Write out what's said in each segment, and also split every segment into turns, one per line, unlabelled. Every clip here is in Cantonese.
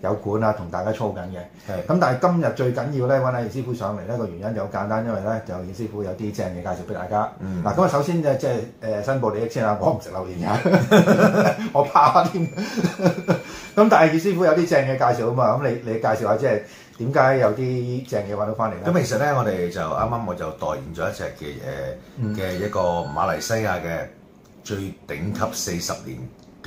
有管啊，同大家操緊嘅。
係
咁但係今日最緊要咧，揾阿葉師傅上嚟呢個原因就好簡單，因為咧就葉師傅有啲正嘢介紹俾大家。嗱、
嗯
咁啊首先就即係誒申報利益先啦，我唔食榴蓮㗎， 我怕添。咁但係葉師傅有啲正嘢介紹啊嘛，咁你你介紹下即係點解有啲正嘢揾到翻嚟咧？
咁其實咧，我哋就啱啱我就代言咗一隻嘅誒嘅一個馬來西亞嘅最頂級四十年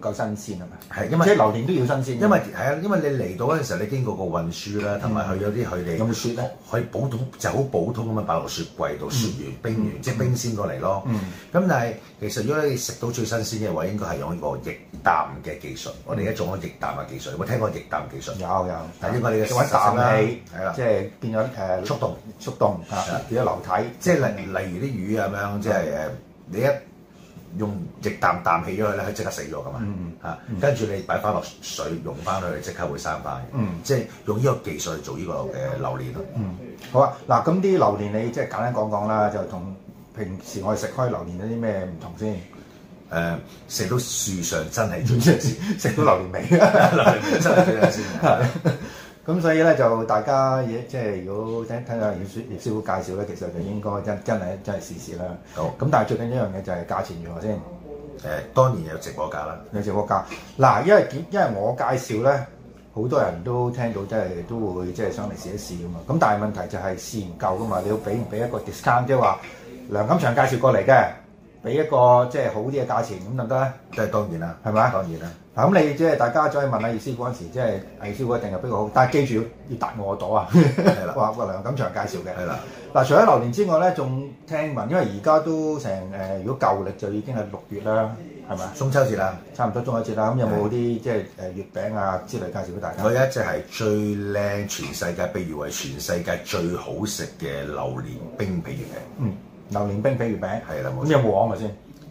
唔夠新鮮啊嘛，
係因為
即係榴蓮都要新鮮嘅。
因為係啊，因為你嚟到嗰陣時候，你經過個運輸啦，同埋佢有啲佢哋
有冇雪咧？
佢普通就好普通咁啊樣擺落雪櫃度，雪完冰完，即係冰鮮過嚟咯。
嗯
咁但係其實如果你食到最新鮮嘅話，應該係用呢個液氮嘅技術。我哋而家做緊液氮嘅技術，有冇聽過液氮技術？
有有，
係呢個你嘅
揾啖氣，
係啦
即係變咗誒
速凍，
速凍
係
啊
啦，
變咗流體，
即係例例如啲魚咁樣，即係誒你一用液氮氮氣咗佢咧，佢即刻死咗噶嘛
嗯
嚇。跟住你擺翻落水溶翻佢，即刻會生翻嘅
嗯。
即係用呢個技術去做呢個誒榴蓮咯。
嗯，好啊，嗱，咁啲榴蓮你即係簡單講講啦，就同平時我哋食開榴蓮有啲咩唔同先？
誒食到樹上真係最正先，
食到榴蓮味，
榴蓮 真係最正先。
咁所以咧就大家嘢即係如果聽聽下葉師葉師傅介紹咧，其實就應該真真係真係試試啦。
好
咁但係最緊要一樣嘢就係價錢如何先？
誒，呃當然有直播價啦。
有隻國家嗱，因為點？因為我介紹咧，好多人都聽到，即係都會即係想嚟試一試噶嘛。咁但係問題就係試唔夠噶嘛，你要俾唔俾一個 discount，即係話梁錦祥介紹過嚟嘅，俾一個即係好啲嘅價錢咁得唔得咧？
都係當然啦，
係咪啊
當然啦，
嗱，咁你即係大家再問下葉師傅嗰陣時，即係葉師傅一定係比較好，但係記住要答我朵啊！係
啦
話話梁錦祥介紹嘅。
係啦。
嗱，除咗榴蓮之外咧，仲聽聞，因為而家都成誒、呃如果舊歷就已經係六月啦，係咪啊？
中秋節啦，
差唔多中秋節啦，咁有冇啲即係誒月餅啊之類介紹俾大家？
我有一隻係最靚，全世界被譽為全世界最好食嘅榴蓮冰皮月餅。
嗯，榴蓮冰皮月餅，
係啦，冇
咁
錯
有冇黃嘅先？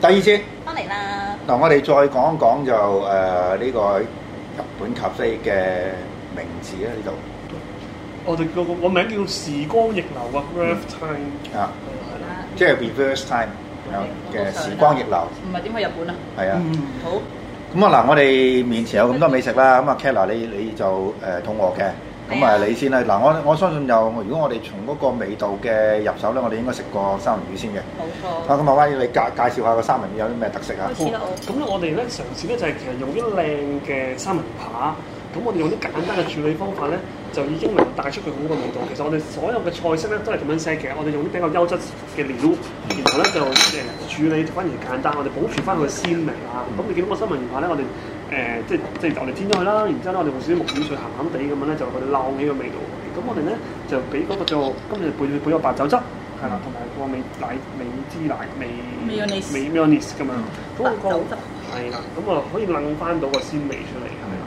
第二節
翻嚟啦，
嗱，我哋再講講就誒呢、個日本咖啡嘅名字咧呢度
我哋個個名叫時光逆流啊，Rev Time。
啊，
係啦
即係 reverse time 啊嘅時光逆流，
唔係點去日本啊？
係啊。
嗯，
好，
咁啊嗱，我哋面前有咁多美食啦，咁啊 Kella 你你就誒、呃、肚餓嘅，咁啊
係啊
你先啦。嗱，我我相信就如果我哋從嗰個味道嘅入手咧，我哋應該食過三文魚先嘅。
冇
啊，
錯，
咁啊，威你介介紹下個三文魚有啲咩特色啊
開？始啦我。
咁咧我哋咧嘗試咧就係其實用啲靚嘅三文扒，咁我哋用啲簡單嘅處理方法咧，就已經能夠帶出佢好嘅味道。其實我哋所有嘅菜式咧都係咁樣 set 嘅，我哋用啲比較優質嘅料，然後咧就誒處理反而簡單，我哋保存翻佢嘅鮮味啊。咁你見到個三文魚扒咧，我哋誒、即係即係我哋煎咗佢啦，然之後咧我哋用少少木耳水鹹鹹地咁樣咧就去撈起個味道。咁我哋咧就俾嗰個做，今日配配咗白酒汁，係啦，同埋個美奶美芝奶美
Mayonnaise
美 mayonnaise 咁樣，咁
白
我
酒汁
個啊係啦，咁啊可以掕翻到個鮮味出嚟，係啦。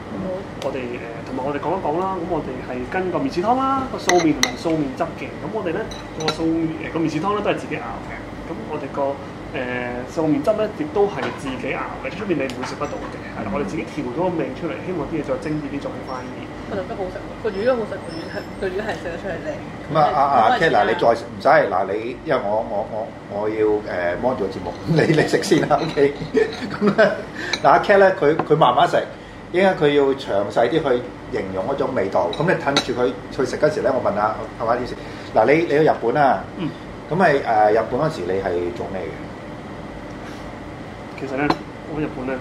我哋誒同埋我哋講一講啦，咁我哋係跟個麵豉湯啦，個素麵同埋素麵汁嘅，咁我哋咧個素誒個麵豉湯咧都係自己熬嘅，咁我哋個誒素麵汁咧亦都係自己熬嘅，出面你唔會食得到嘅，係啦，
嗯
我哋自己調咗個味出嚟，希望啲嘢再精緻啲，再翻啲。
個肉都好食，個魚都好食，個魚係個魚係食得出嚟靚。
咁啊，阿阿 K 嗱，你再
再
唔使嗱，你因為我我我我要誒 mon 住個節目， 你你食先啦，OK？咁 咧，嗱阿 K 咧，佢佢慢慢食，應該佢要詳細啲去形容嗰種味道。咁你褪住佢去食嗰時咧，我問下阿阿點先。嗱，你你去日本啊？
嗯。
咁咪誒日本嗰時你係做咩嘅？嗯
其實咧，我喺日本咧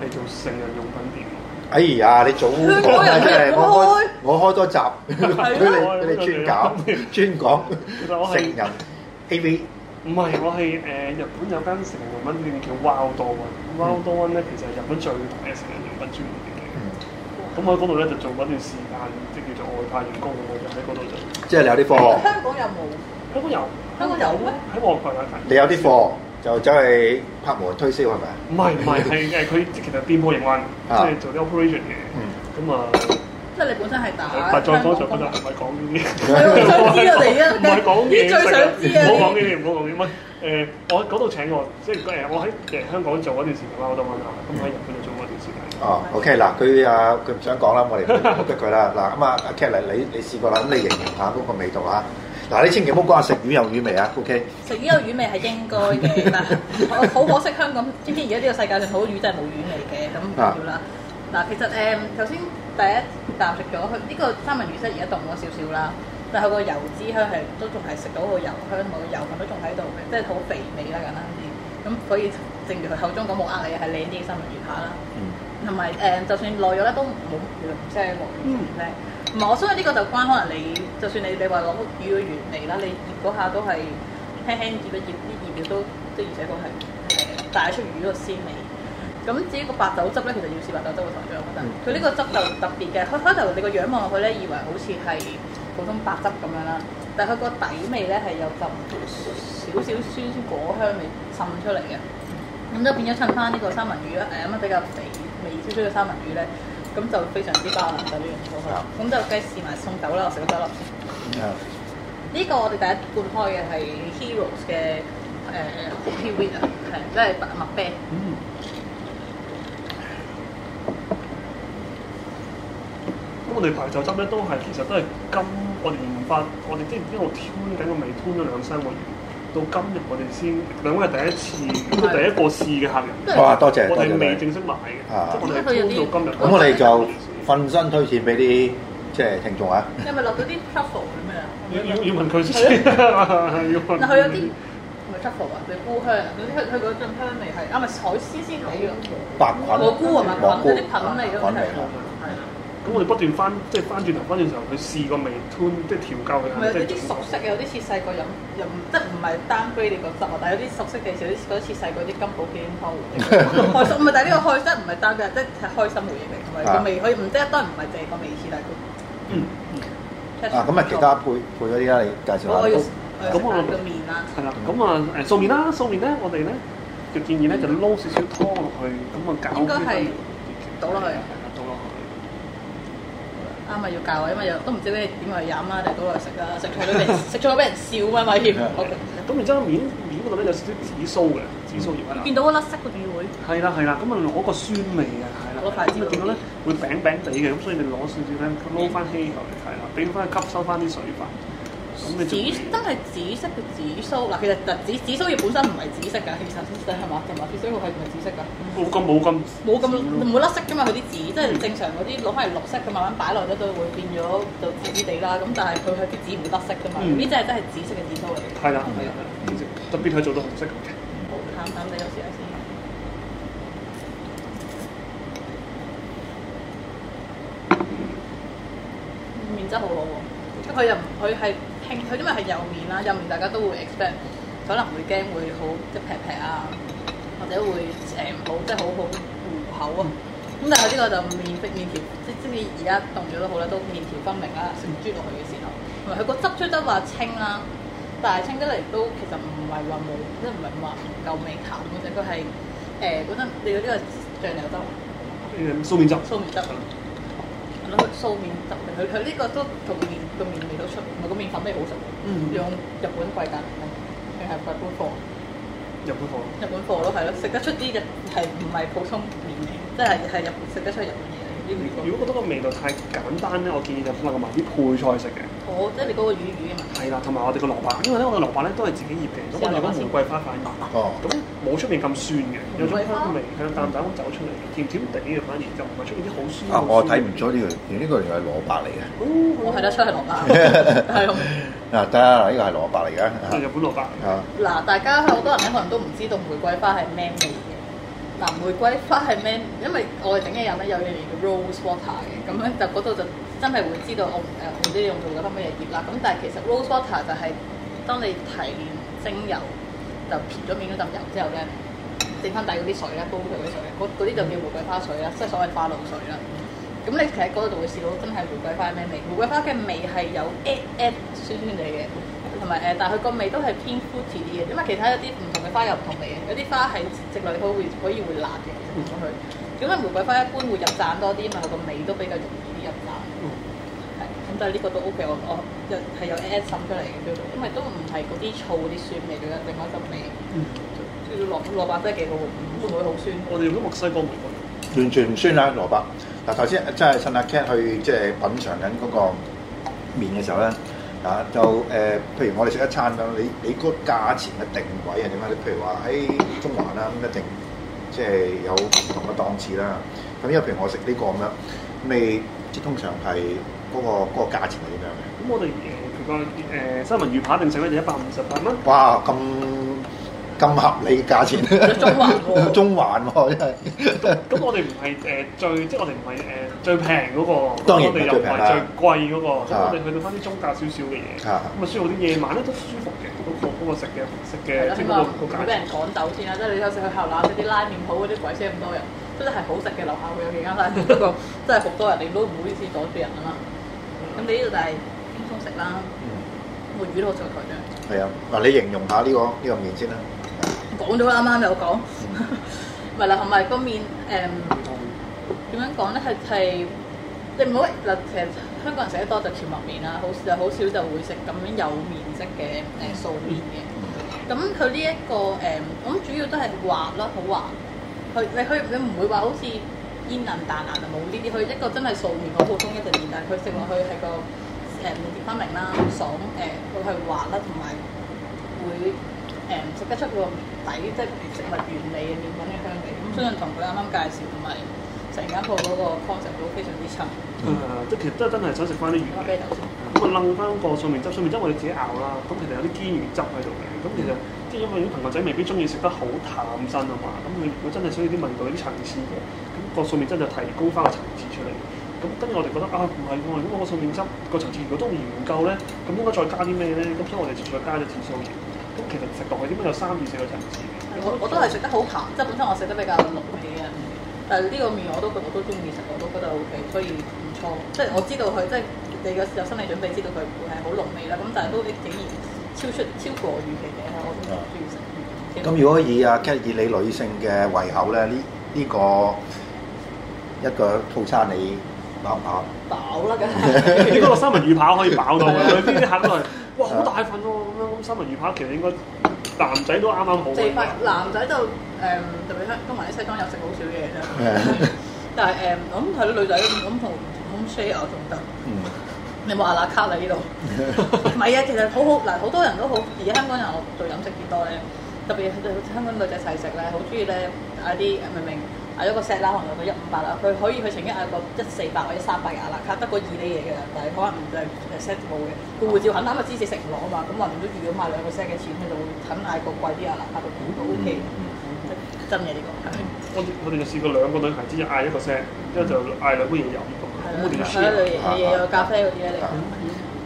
係做成人用品 店。
哎呀！你早講啊，真係我開我開多集俾你俾你專搞專講
其啊實我係
成人 AV。
唔係，我係誒、呃日本有間成人用品店叫 Wow 多 One。Wow 多 One 咧其實係日本最大嘅成人用品專門店嚟嘅。
嗯
咁我喺嗰度咧就做嗰段時間，即係叫做外派員工咁，我就喺嗰度做。
即係你有啲貨，
香港有冇？
香港有，
香港有咩
喺旺角有一間。
你有啲貨就走去拍門推銷係咪？
唔係唔係係誒，佢其實店鋪營運，即
啊
係做啲 operation 嘅。
嗯
咁啊，
即係你本身係打
但再多就
啊香
不得
港
唔係講呢啲。
我想知我哋啊，
唔係講嘢
咦最
食啊
想知啊！
唔好講呢啲，唔好講呢啲。唔係誒，我嗰度請我，即係誒，我喺誒香港做嗰段時間啦，我都問下，咁喺日本就做嗰段時間。
哦，OK 嗱，佢啊佢唔想講啦，我哋唔好逼佢啦。嗱咁啊，阿 Cat 你你試過啦，咁你形容下嗰個味道啊。嗱，你千祈唔好講話食魚有魚味啊，OK？
食呢個魚味係應該嘅，但係好可惜香港偏偏而家呢個世界上好多魚真係冇魚味嘅，咁唔緊要啦。嗱，其實誒頭先第一啖食咗佢呢個三文魚質而家凍咗少少啦，但係佢個油脂香係都仲係食到個油香同埋個油份都仲喺度嘅，即係好肥美啦簡單啲。咁所以正如佢口中講冇呃你，係靚啲嘅三文魚扒啦。同埋誒，就算耐咗咧，都冇唔聲冇聲。唔係，我相信呢個就關可能你，就算你你話攞魚嘅原理啦，你醃嗰下都係輕輕醃一醃，啲醃料都即係而且確係誒帶出魚個鮮味。咁至於個白酒汁咧，其實要試白酒汁嘅台長，我覺得佢呢個汁就特別嘅。開開頭你個樣望落去咧，以為好似係普通白汁咁樣啦，但係佢個底味咧係有陣少少酸果香味滲出嚟嘅。咁就變咗襯翻呢個三文魚啦，誒咁啊比較肥微少少嘅三文魚咧，咁就非常之爆能就呢樣嘢好啦。咁就計試埋送酒啦，我食咗酒粒先。
嗯
呢個我哋第一罐開嘅係 Heroes 嘅誒 Hoppy Wheat 啊，係即係麥麥啤。
嗯，咁我哋排酒汁咧都係其實都係今我哋研發，我哋即係一路挑緊個味，挑咗兩三個月，到今日我哋先兩位係第一次，咁啊佢第一個試嘅客人，
哇，啊多謝
我
多謝
哋未
你。
正式買嘅，
啊
即係我哋係挑到今日。
咁我哋就瞓身推薦俾啲即係聽眾啊。
你係咪落咗啲 truffle 咁樣啊？
要要要問佢先， 要問。
嗱，佢有啲唔係 truffle 啊，佢菇香啊，總之佢佢嗰陣香味係啊，咪海絲先睇嘅，
白菌
蘑菇啊嘛，
蘑菇
菌嗰啲菌味咯，
菌味啊
係啊。
咁我哋不斷翻即係翻轉頭翻轉頭去試個味，挑即係調教佢
唔係有啲熟悉嘅，有啲似細個飲飲，即係唔係 downgrade 你個汁啊，但係有啲熟悉嘅，有啲嗰啲似細個啲金寶基 湯開心唔係，但係呢個開心唔係 downgrade，即係開心回憶嚟，同埋
啊
個味佢唔即係當然唔係淨係個味似，但係
嗯。
佢
啊，咁啊，其他配配嗰啲啦，你介紹
我要
下。
咁我個面啦，
係啦，咁啊誒素麵啦，素麵咧，我哋咧就建議咧就撈少少湯落去，咁啊搞
嗯應該係倒落去
係啦倒落去。
啱啊要教啊，因為又都唔知你點去飲啦，定係都去食啦，食錯咗 俾人食錯咗俾人笑啊嘛，要
咁然之後面面嗰度咧有少少紫蘇嘅紫蘇葉
嗯見
啦。
到嗰粒色個魚會
係啦係啦，咁啊攞個酸味嘅係啦，
攞塊椒
咁啊見到咧會餅餅地嘅，咁所以你攞少少咧撈翻稀佢係啦，俾翻吸收翻啲水分。咁你
紫
就
真係紫色嘅紫蘇嗱，其實嗱紫紫蘇葉本身唔係紫色㗎，其實係嘛？同埋紫蘇葉係唔係紫色㗎？
冇咁冇咁
冇咁冇甩色噶嘛，佢啲紙即係正常嗰啲攞翻嚟綠色嘅，慢慢擺落咗都會變咗就紫紫地啦。咁但係佢佢啲紙唔會甩色噶嘛，
嗯
呢只係真係紫色嘅紫蘇嚟嘅。
係啦係啦，啊特別佢做到紅色嘅。
淡淡地有時有時。面質好好喎，即係佢又唔佢係拼佢因為係幼面啦，幼面大家都會 expect 可能會驚會好即係劈劈啊，或者會誒唔好即係好好糊口啊。咁但係呢個就面色面條，即即係而家凍咗都好啦，都面條分明啦，食豬落去嘅時候，同埋佢個汁出得話清啦，但係清得嚟都其實唔係話冇，即係唔係話唔夠味淡嘅啫，佢係誒本身你嗰啲係醬油汁、
誒素麵汁。
素麵汁，係咯，素麵汁佢佢呢個都同面個面味都出，同埋個麵粉味好食，
嗯
用日本貴價嚟計，佢係貴本貨。
日本貨。
日本貨咯，係咯，食得出啲嘅係唔係普通麵嚟，即係係日本食得出日本嘢嚟呢個
如果覺得個味道太簡單咧，我建議就配合埋啲配菜食嘅。
我即係你嗰個魚魚啊嘛，
係啦，同埋我哋個蘿蔔，因為咧我哋蘿蔔咧都係自己醃嘅，咁我哋有個玫瑰花瓣醃，
哦，
咁冇出面咁酸嘅，有種香味，係啦，淡淡咁走出嚟嘅，甜甜地嘅，反而就唔係出現啲好酸。
啊，
好
我睇
酸
唔出呢個，呢個原來係蘿蔔嚟嘅。
哦
我係得出係蘿蔔，係咯。
啊，得啦，呢個係蘿蔔嚟
就
嘅。
日本蘿蔔。
啊，
嗱，大家好多人咧可能都唔知道玫瑰花係咩味嘅。嗱，玫瑰花係咩？因為我哋整嘅飲咧有樣嘢叫 rose water 嘅，咁咧就嗰度就真係會知道我誒我啲用到咗乜嘢葉啦。咁但係其實 rose water 就係當你提煉精油就撇咗面嗰陣油之後咧，剩翻底嗰啲水咧，煲佢嗰啲水，嗰嗰啲就叫玫瑰花水啦，即係所謂花露水啦。咁你其實嗰度就會試到真係玫瑰花係咩味？玫瑰花嘅味係有 a a 酸酸地嘅，同埋誒，但係佢個味都係偏 fruity 啲嘅，因為其他一啲唔同嘅花有唔同味嘅，有啲花係食落去會可以會辣嘅，食落去。咁啊，玫瑰花一般會入盞多啲，因為佢個味都比較容易啲入盞。
嗯
係，咁但係呢個都 OK，我我有係有 a a 滲出嚟嘅叫做，因為都唔係嗰啲醋啲酸味，仲有另外一陣味。
嗯
叫做蘿蘿蔔真係幾好，會唔會好酸？
我哋用咗墨西哥玫瑰。
完全唔酸啦，蘿蔔。嗱，頭先即係趁阿 Cat 去即係品嚐緊嗰個面嘅時候咧，啊，就誒、呃譬如我哋食一餐咁，你你嗰個價錢嘅定位係點啊？你譬如話喺中環啦，咁一定即係有唔同嘅檔次啦。咁因為譬如我食呢個咁樣，咁你即係通常係嗰、個嗰、個價錢係點樣嘅？
咁我哋誒呃佢個誒三呃文魚扒定食咧就一百五十八蚊，
哇！咁咁合理嘅價錢，
中環喎
中環喎，真係
咁我哋唔係誒最即係我哋唔係誒呃最平嗰個，
當然
我哋又
最
唔
平
係
啦
最貴嗰個，咁
啊
我哋去到翻啲中價少少嘅嘢，咁
啊
啊所以我哋夜晚咧都舒服嘅，嗰個嗰個食嘅食
係啦，啊
嘅即
希望
係嗰
唔
個個
會
價
俾人
錢。
趕走先啦。即係你有時去後欄嗰啲拉麵鋪嗰啲鬼死咁多人，真係好食嘅樓下會有幾間拉麵，不過真係好多人，你都唔好意思阻住人啊嘛。咁你呢度就係輕鬆食啦，換魚都好食台長。
係啊！嗱，你形容下呢、個呢、個面先啦。
講咗啦，啱啱有講， 咪啦，同埋個面誒點樣講咧？係係你唔好嗱，其實香港人食得多就蕎麥麵啦，好就好少就會食咁樣有面色嘅誒素面嘅。咁佢呢一個誒，我諗主要都係滑啦，好滑。佢你佢你唔會話好似煙韌彈牙就冇呢啲，佢一個真係素面好普通一隻面，但係佢食落去係個誒面條分明啦，爽誒，佢係滑啦，同埋會誒食得出佢個底，即係食物原理嘅麵粉嘅香味。咁相信同佢啱啱介紹同埋成間鋪嗰個 concept 都非常之襯。
誒，啊即係其實都係真係想食翻啲魚
我
嘅。
啤酒先。
咁啊，楞翻個素麵汁，素麵汁我哋自己熬啦。咁其實有啲堅魚汁喺度嘅。咁其實即係因為啲朋友仔未必中意食得好淡身啊嘛。咁佢如果真係需要啲味道、有啲層次嘅，咁、個素麵汁就提高翻個層次出嚟。咁跟住我哋覺得啊，唔係喎，如果個素麵汁個層次如果都唔夠咧，咁應該再加啲咩咧？咁所以我哋就再加咗紫蘇鹽。咁其實食落去應該有三至四個層次嘅。
我我都係食得好鹹，即係本身我食得比較濃味嘅人，但係呢個麵我都覺我都中意食，我都覺得 O K，所以唔錯。即係我知道佢即係你嘅有心理準備，知道佢唔會係好濃味啦。咁但係都竟然超出超過我預期嘅，我都中意食。
咁如果以阿 Cat 以你女性嘅胃口咧，呢呢、個一個套餐你飽唔飽？
飽啦，梗
你
係
嗰個三文魚扒可以飽到嘅，邊啲客都係哇好大份喎咁樣。咁三文魚扒其實應該男仔都啱啱好
四
嘅。
塊男仔就誒特別香，中埋啲西裝有食好少嘢啫。但係誒，我諗係啲女仔咁同咁 share 仲得。
嗯，
你冇阿拉卡啦呢度，唔係啊，其實好好嗱，好多人都好，而家香港人我做飲食幾多咧，特別係香港女仔細食咧，好中意咧嗌啲明明嗌咗個 set 啦，可能有個一五八啦，佢可以佢曾經嗌過一四百或者三百嘅阿拉卡，得個二呢嘢嘅，但係可能就係 set 冇嘅，佢護照肯啱嘅芝士食唔落啊嘛，咁話唔都預咗買兩個 set 嘅錢，佢就會肯嗌個貴啲阿拉卡，咁都 OK，真嘅呢個係。
我哋我哋就試過兩個女孩子就嗌一個 set，之後就嗌兩杯嘢飲咁啊樣。咁我哋就
係啊
share
啦，有嘢有咖啡嗰啲咧，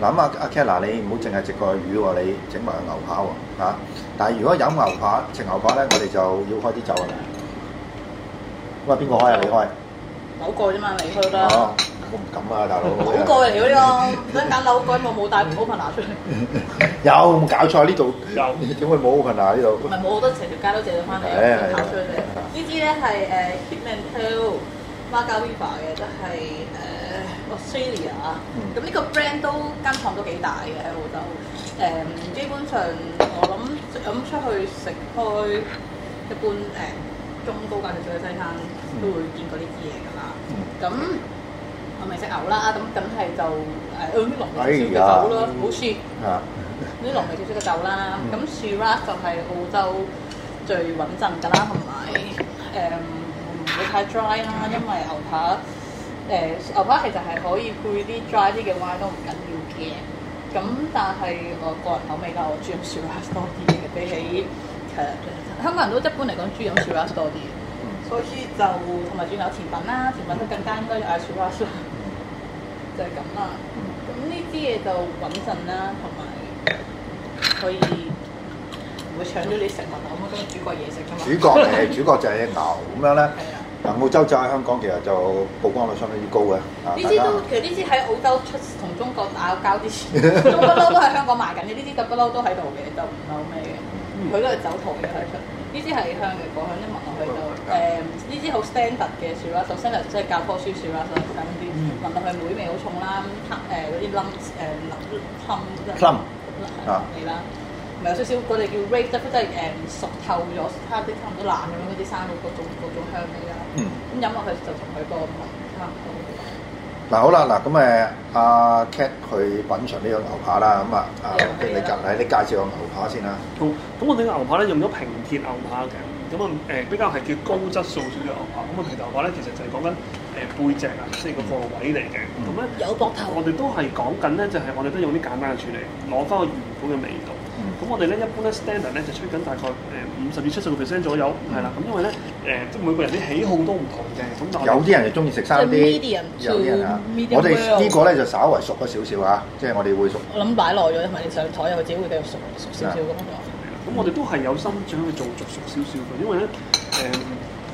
嗱咁啊，阿 Cat 嗱，你唔好淨係食個魚喎，你整埋個牛扒喎嚇。但係如果飲牛扒食牛扒咧，我哋就要開啲酒啊。喂，邊個開啊？你開？
扭蓋啫嘛，你去啦。
哦，我唔敢啊，大佬。
扭蓋嚟嗰呢個，唔想揀扭蓋，我冇帶 opener 出嚟，
有冇搞錯？呢度
有
點會冇 open 啊？呢度
唔係冇好多成條街都借咗翻嚟，
係係
跑出嚟。呢支咧係誒 Hip and Tail Marga Viva 嘅，即係誒 Australia 啊。咁呢個 brand 都間廠都幾大嘅喺澳洲。誒、基本上我諗咁出去食開一般誒、中高價嘅西餐都會見過呢支嘢㗎啦。咁、我咪食牛啦，咁梗係就誒用啲濃味少少嘅酒啦，好 cheap。
啊，
啲濃味少少嘅酒啦，咁 Shiraz 就係澳洲最穩陣㗎啦，同埋誒唔會太 dry 啦，因為牛扒誒、牛扒其實係可以配啲 dry 啲嘅 wine 都唔緊要嘅，咁但係我個人口味啦，我中意 Shiraz 多啲嘅，比起 Cab 香港人都一般嚟講中意飲 Shiraz 多啲嘅，所以就同埋仲有甜品啦，甜品都更加應該嗌 Shiraz 啦。就係咁啦。咁呢啲嘢就穩陣啦，同埋可以唔會搶咗你食物啊，咁樣主角嘢食㗎嘛。
主角 嚟，主角就係牛咁樣咧。
係啊，
嗱，澳洲債香港其實就曝光率相當之高嘅。啊
呢
大
支
家
都其實呢支喺澳洲出同中國打交之前，中不 嬲都喺香港賣緊嘅，呢支就不嬲都喺度嘅，就唔係好咩嘅。佢都係走圖嘅佢出，呢支係香嘅果香，一聞落去就誒呢支好 standard 嘅 s h i r a z 首先即係教科書 s h i r a z 咁啲
嗯
聞落去梅味好重啦，黑誒嗰啲冧誒冧冧
plum
啊嚟啦，咪有少少我哋叫 rape 即係誒熟透咗，差啲差唔多爛咁樣嗰啲生果嗰種嗰種香味啦。
嗯
咁飲落去就同佢個唔同差唔多。
嗱好啦，嗱咁誒，阿 Cat 去品嚐呢個牛扒啦，咁啊，啊
係啊
你你近嚟你介紹個牛扒先啦。
好，咁我哋嘅牛扒咧用咗平鐵牛扒嘅，咁啊誒比較係叫高質素少嘅牛扒。咁啊平鐵牛扒咧其實就係講緊誒背脊啊，即係嗰個位嚟嘅。咁咧、
有膊頭
我哋都係講緊咧，就係我哋都用啲簡單嘅處理，攞翻個原本嘅味道。咁、我哋咧一般咧 standard 咧就吹緊大概誒五十至七十個 percent 左右，係啦。咁因為咧誒即係每個人啲喜好都唔同嘅，咁但係
有啲人就中意食生
哦
啲
medium，to
有啲人啊，
medium
我哋呢個咧就稍為熟咗少少啊，即係我哋會熟。
我諗擺耐咗，因為你上台又自己會繼續熟熟少少咁樣。
咁我哋都係有心想去做熟熟少少嘅，因為咧誒、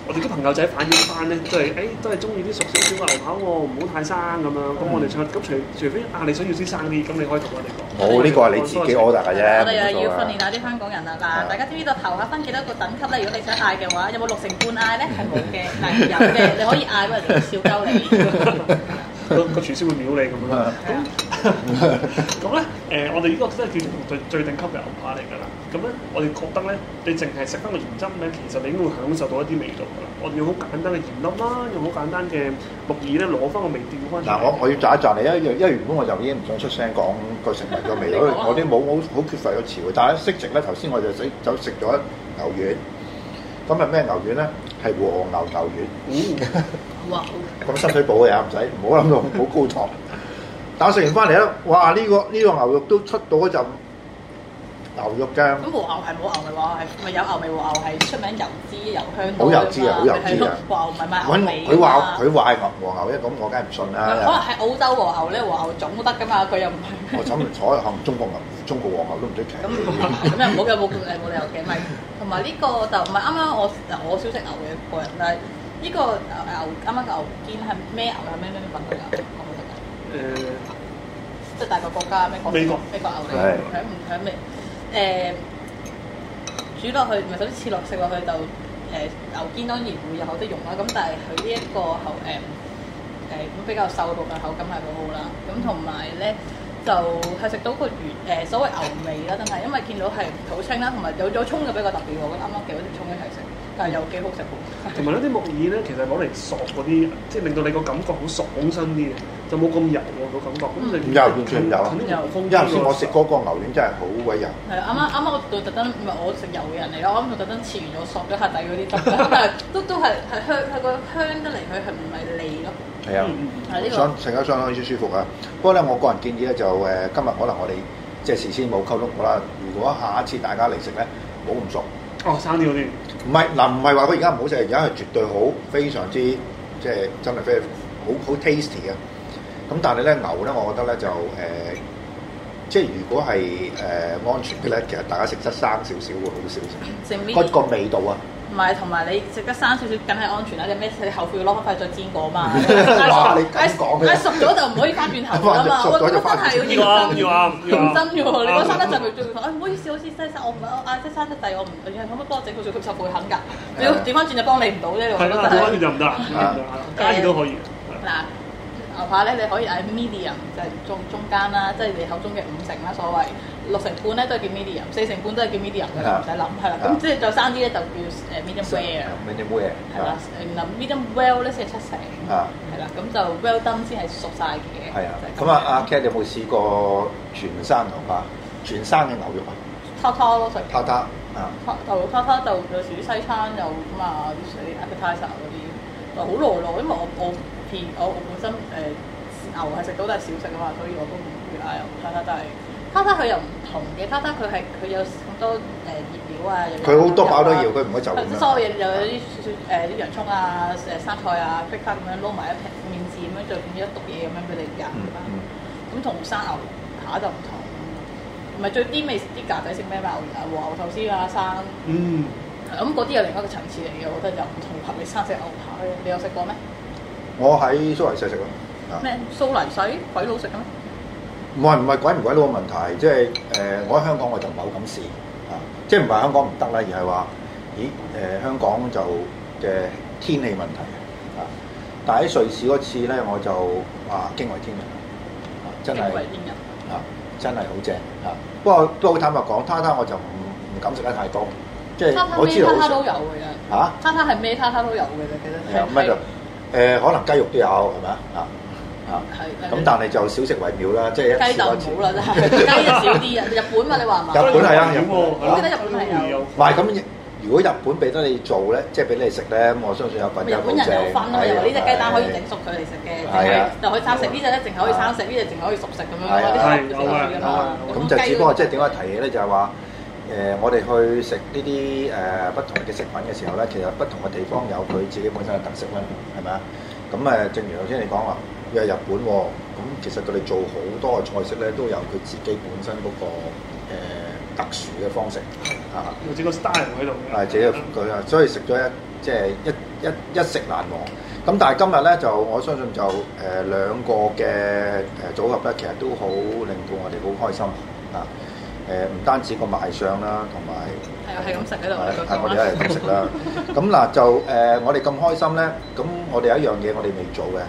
我哋啲朋友仔反映翻咧，都係誒、都係中意啲熟少少嘅牛扒喎，唔好太生咁樣。
嗯
咁我哋想咁除除非啊，你想要啲生啲，咁你可以同我哋講。
冇哦呢個係你自己 order 嘅啫，
我哋又
冇
要
錯
訓練
啊
下啲香港人啦。
啊
嗱，大家知唔知道頭下分幾多個等級咧？如果你想嗌嘅話，有冇六成半 嗌咧？係冇嘅，嗱有嘅，你可以嗌，不過人哋笑鳩 你。
個個廚師會秒你咁
嗯
樣啦。
係啊
咁咧誒，我哋呢個真係叫做最最頂級嘅牛扒嚟㗎啦。咁咧，我哋覺得咧，你淨係食翻個鹽汁咧，其實你已經會享受到一啲味道㗎啦。我哋用好簡單嘅鹽粒啦，用好簡單嘅木耳咧，攞翻個味調翻。
嗱，我我要讚一讚你，因為因為原本我就已經唔想出聲講個食物個味 道，因為我啲冇好好缺乏個詞彙。但係識食咧，頭先我就食就食咗牛丸，咁係咩牛丸咧？係和牛牛丸，
哇！
咁深水埗嘅呀，啊唔使唔好諗到好高糖。 但我食完翻嚟咧，哇！呢、個呢、個牛肉都出到嗰陣牛肉嘅
咁和牛係冇牛味話係咪有牛味和牛係出名油脂油香
好油脂啊好油脂啊
和牛唔係賣
揾
牛尾
我佢話佢話係牛和牛咧，咁我梗係唔啊信
可能
啦。
係澳洲和牛咧，和牛種都得㗎嘛，佢又唔係
我諗唔坐行中國牛、中國和牛都唔出奇。
咁咁又唔好有冇誒冇理由嘅，咪同埋呢個就唔係啱啱我我少食牛嘅個人，但係呢個牛啱啱嘅牛肩係咩牛係咩咩品類㗎？我唔記得㗎
誒。
即係大個國家咩國
美國
美國牛嚟
係
嘅，喺唔喺咩誒煮落去，咪首先切落食落去就誒牛肩當然會有好多肉啦，咁但係佢呢一個口誒誒咁比較瘦嘅部分口感係好好啦，咁同埋咧。就係食到個原誒、所謂牛味啦，真係，因為見到係好清啦，同埋有咗葱嘅比較特別喎，我覺得啱啱幾好啲葱一齊食，但係又幾好食喎。
同埋呢啲木耳咧，其實攞嚟索嗰啲，即係令到你個感覺好爽身啲嘅，就冇咁油喎個感覺。咁你
唔油完全唔油啊
近啲
因
風
為頭先我食嗰個牛丸真係好鬼油。
係啊啱啱啱啱我度特登唔係我食油嘅人嚟咯，我啱啱度特登切完我索咗下底嗰啲汁，但係 都都係係香係個香得嚟，佢係唔係利咯？
係啊，
嗯
係呢個
相食得相當之舒服啊。不過咧，我個人建議咧就誒、今日可能我哋即係事先冇溝通好啦。如果下一次大家嚟食咧，唔好咁熟。
哦生啲嗰啲，
唔係嗱，唔係話佢而家唔好食，而家係絕對好，非常之即係真係非常好好 tasty 嘅。咁但係咧牛咧，我覺得咧就誒、呃即係呃如果係誒、安全嘅咧，其實大家食得生少少會好少少。
食 mini
嗰個味道啊，
嗯埋同埋你食得生少少，梗係安全啦。你咩你後悔要攞翻塊再煎過啊嘛？
哇
嗌
你咁講嘅
嗌熟咗就唔可以翻轉頭㗎嘛。
哇
我覺
你熟咗就
得真
翻
係要
要啊
認真
要啊
認
要啊
真嘅喎。你講生得滯咪最會講，哎唔好意思，好似真係生我唔我嗌真生得滯，我唔我可唔可以幫我整好少佢就會肯㗎。你
啊
要調翻轉就幫你唔到啫，你話
係
覺
啦，
得
調翻
係
轉。就唔得啦，加熱都可以。
嗱，牛扒咧你可以嗌 medium 就係中中間啦，即係你口中嘅五成啦，所謂六成半咧都係叫 medium，四成半都係叫 medium 嘅，唔
啊
使諗係啦。
啊
咁即係再生啲咧就叫誒呃 medium rare
你冇嘢
係啦，誒嗱 medium well 咧先係七成，
啊
係啦，咁就 well done 先係熟晒嘅。
係啊，
就
咁
係
啊，阿 Cat 有冇試過全生牛扒、全生嘅牛肉啊？
拖拖咯，就
塔塔啊，
就拖拖就有時啲西餐又咁啊，啲 appetizer 嗰啲，就好耐咯，因為我我片我我本身誒、呃牛係食到都係少食啊嘛，所以我都唔會嗌牛拖拖，但係拖拖佢又唔同嘅，拖拖佢係佢有好多誒、醃料啊，有
佢好多飽多嘢，佢唔可以就
即
咁
係
樣。
所有嘢又有啲少少誒啲洋葱啊、誒生菜啊、c r i c k 咁樣撈埋一片面字咁樣，就變咗一篤嘢咁樣俾你飲
嗯
咁樣
嗯
咁同生牛扒就唔同，唔係最啲味啲格仔食咩嘛？牛牛壽司啊，生
嗯，
咁嗰啲又另一個層次嚟嘅，我覺得又唔同合你生食牛扒嘅。你有食過咩？
我喺蘇黎世食咯。啊
咩蘇黎世鬼佬食嘅咩？
唔係唔係鬼唔鬼佬嘅問題，即係誒、呃我喺香港我就唔係好敢試啊，即係唔係香港唔得啦，而係話，咦誒、呃香港就嘅天氣問題啊，但喺瑞士嗰次咧我就啊驚為天人啊，真
勁
係
為。天人。
啊，真係好正啊！不過都好坦白講，他他我就唔唔敢食得太多，即係
叉叉
我
咩
知道
叉
好
叉都
食
有嘅，
嚇，
叉叉係咩叉叉都有嘅啫，其實
係啊，乜就誒可能雞肉都有係咪啊？啊啊
係
咁但係就少食為妙啦，即係一
雞
次
就
過一
唔
次
好啦， 真係雞就少啲啊！日本嘛，你話嘛？
我
唔係咁，如果日本俾得你做咧，即係俾你食咧，咁我相信有品
日本人有分啊，又話呢只雞蛋可以整
食。
熟佢嚟食嘅，淨
係啊
係就可以生食；呢只咧淨係可以生食，呢只淨係可以熟食咁樣。
係啊
啲
係有啊
㗎
有
嘛
啊。
咁就只不過即係點解提起咧，就係話誒，我哋去食呢啲誒不同嘅食品嘅時候咧，其實不同嘅地方有佢自己本身嘅特色啦，係咪啊？咁誒，正如頭先你講話，又係日本喎，咁其實佢哋做好多嘅菜式咧，都有佢自己本身嗰、個、呃誒特殊嘅方式啊，
有自己個 style 喺度 嘅。
係自己佢啊，所以食咗一即係一一一食難忘。咁但係今日咧就我相信就誒、兩個嘅誒組合咧，其實都好令到我哋好開心啊！誒、唔單止個賣相啦，同埋
係啊係咁食喺度
係
繼續
係
講
我哋
啦
一係咁食啦。咁嗱就誒、我哋咁開心咧，咁我哋有一樣嘢我哋未做嘅，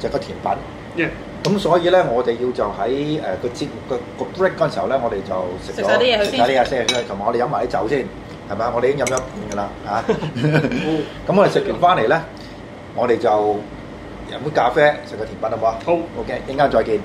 就係個甜品。咁所以咧，我哋要就喺誒呃個節目個個 break 嗰陣時候咧，我哋就食
食晒啲嘢佢
食
先
晒啲嘢先，同埋我哋飲埋啲酒先，係咪啊？我哋已經飲咗一半㗎啦， 嚇！咁我哋食完翻嚟咧，我哋就飲杯咖啡，食個甜品好唔好啊
好
？OK，一陣間再見。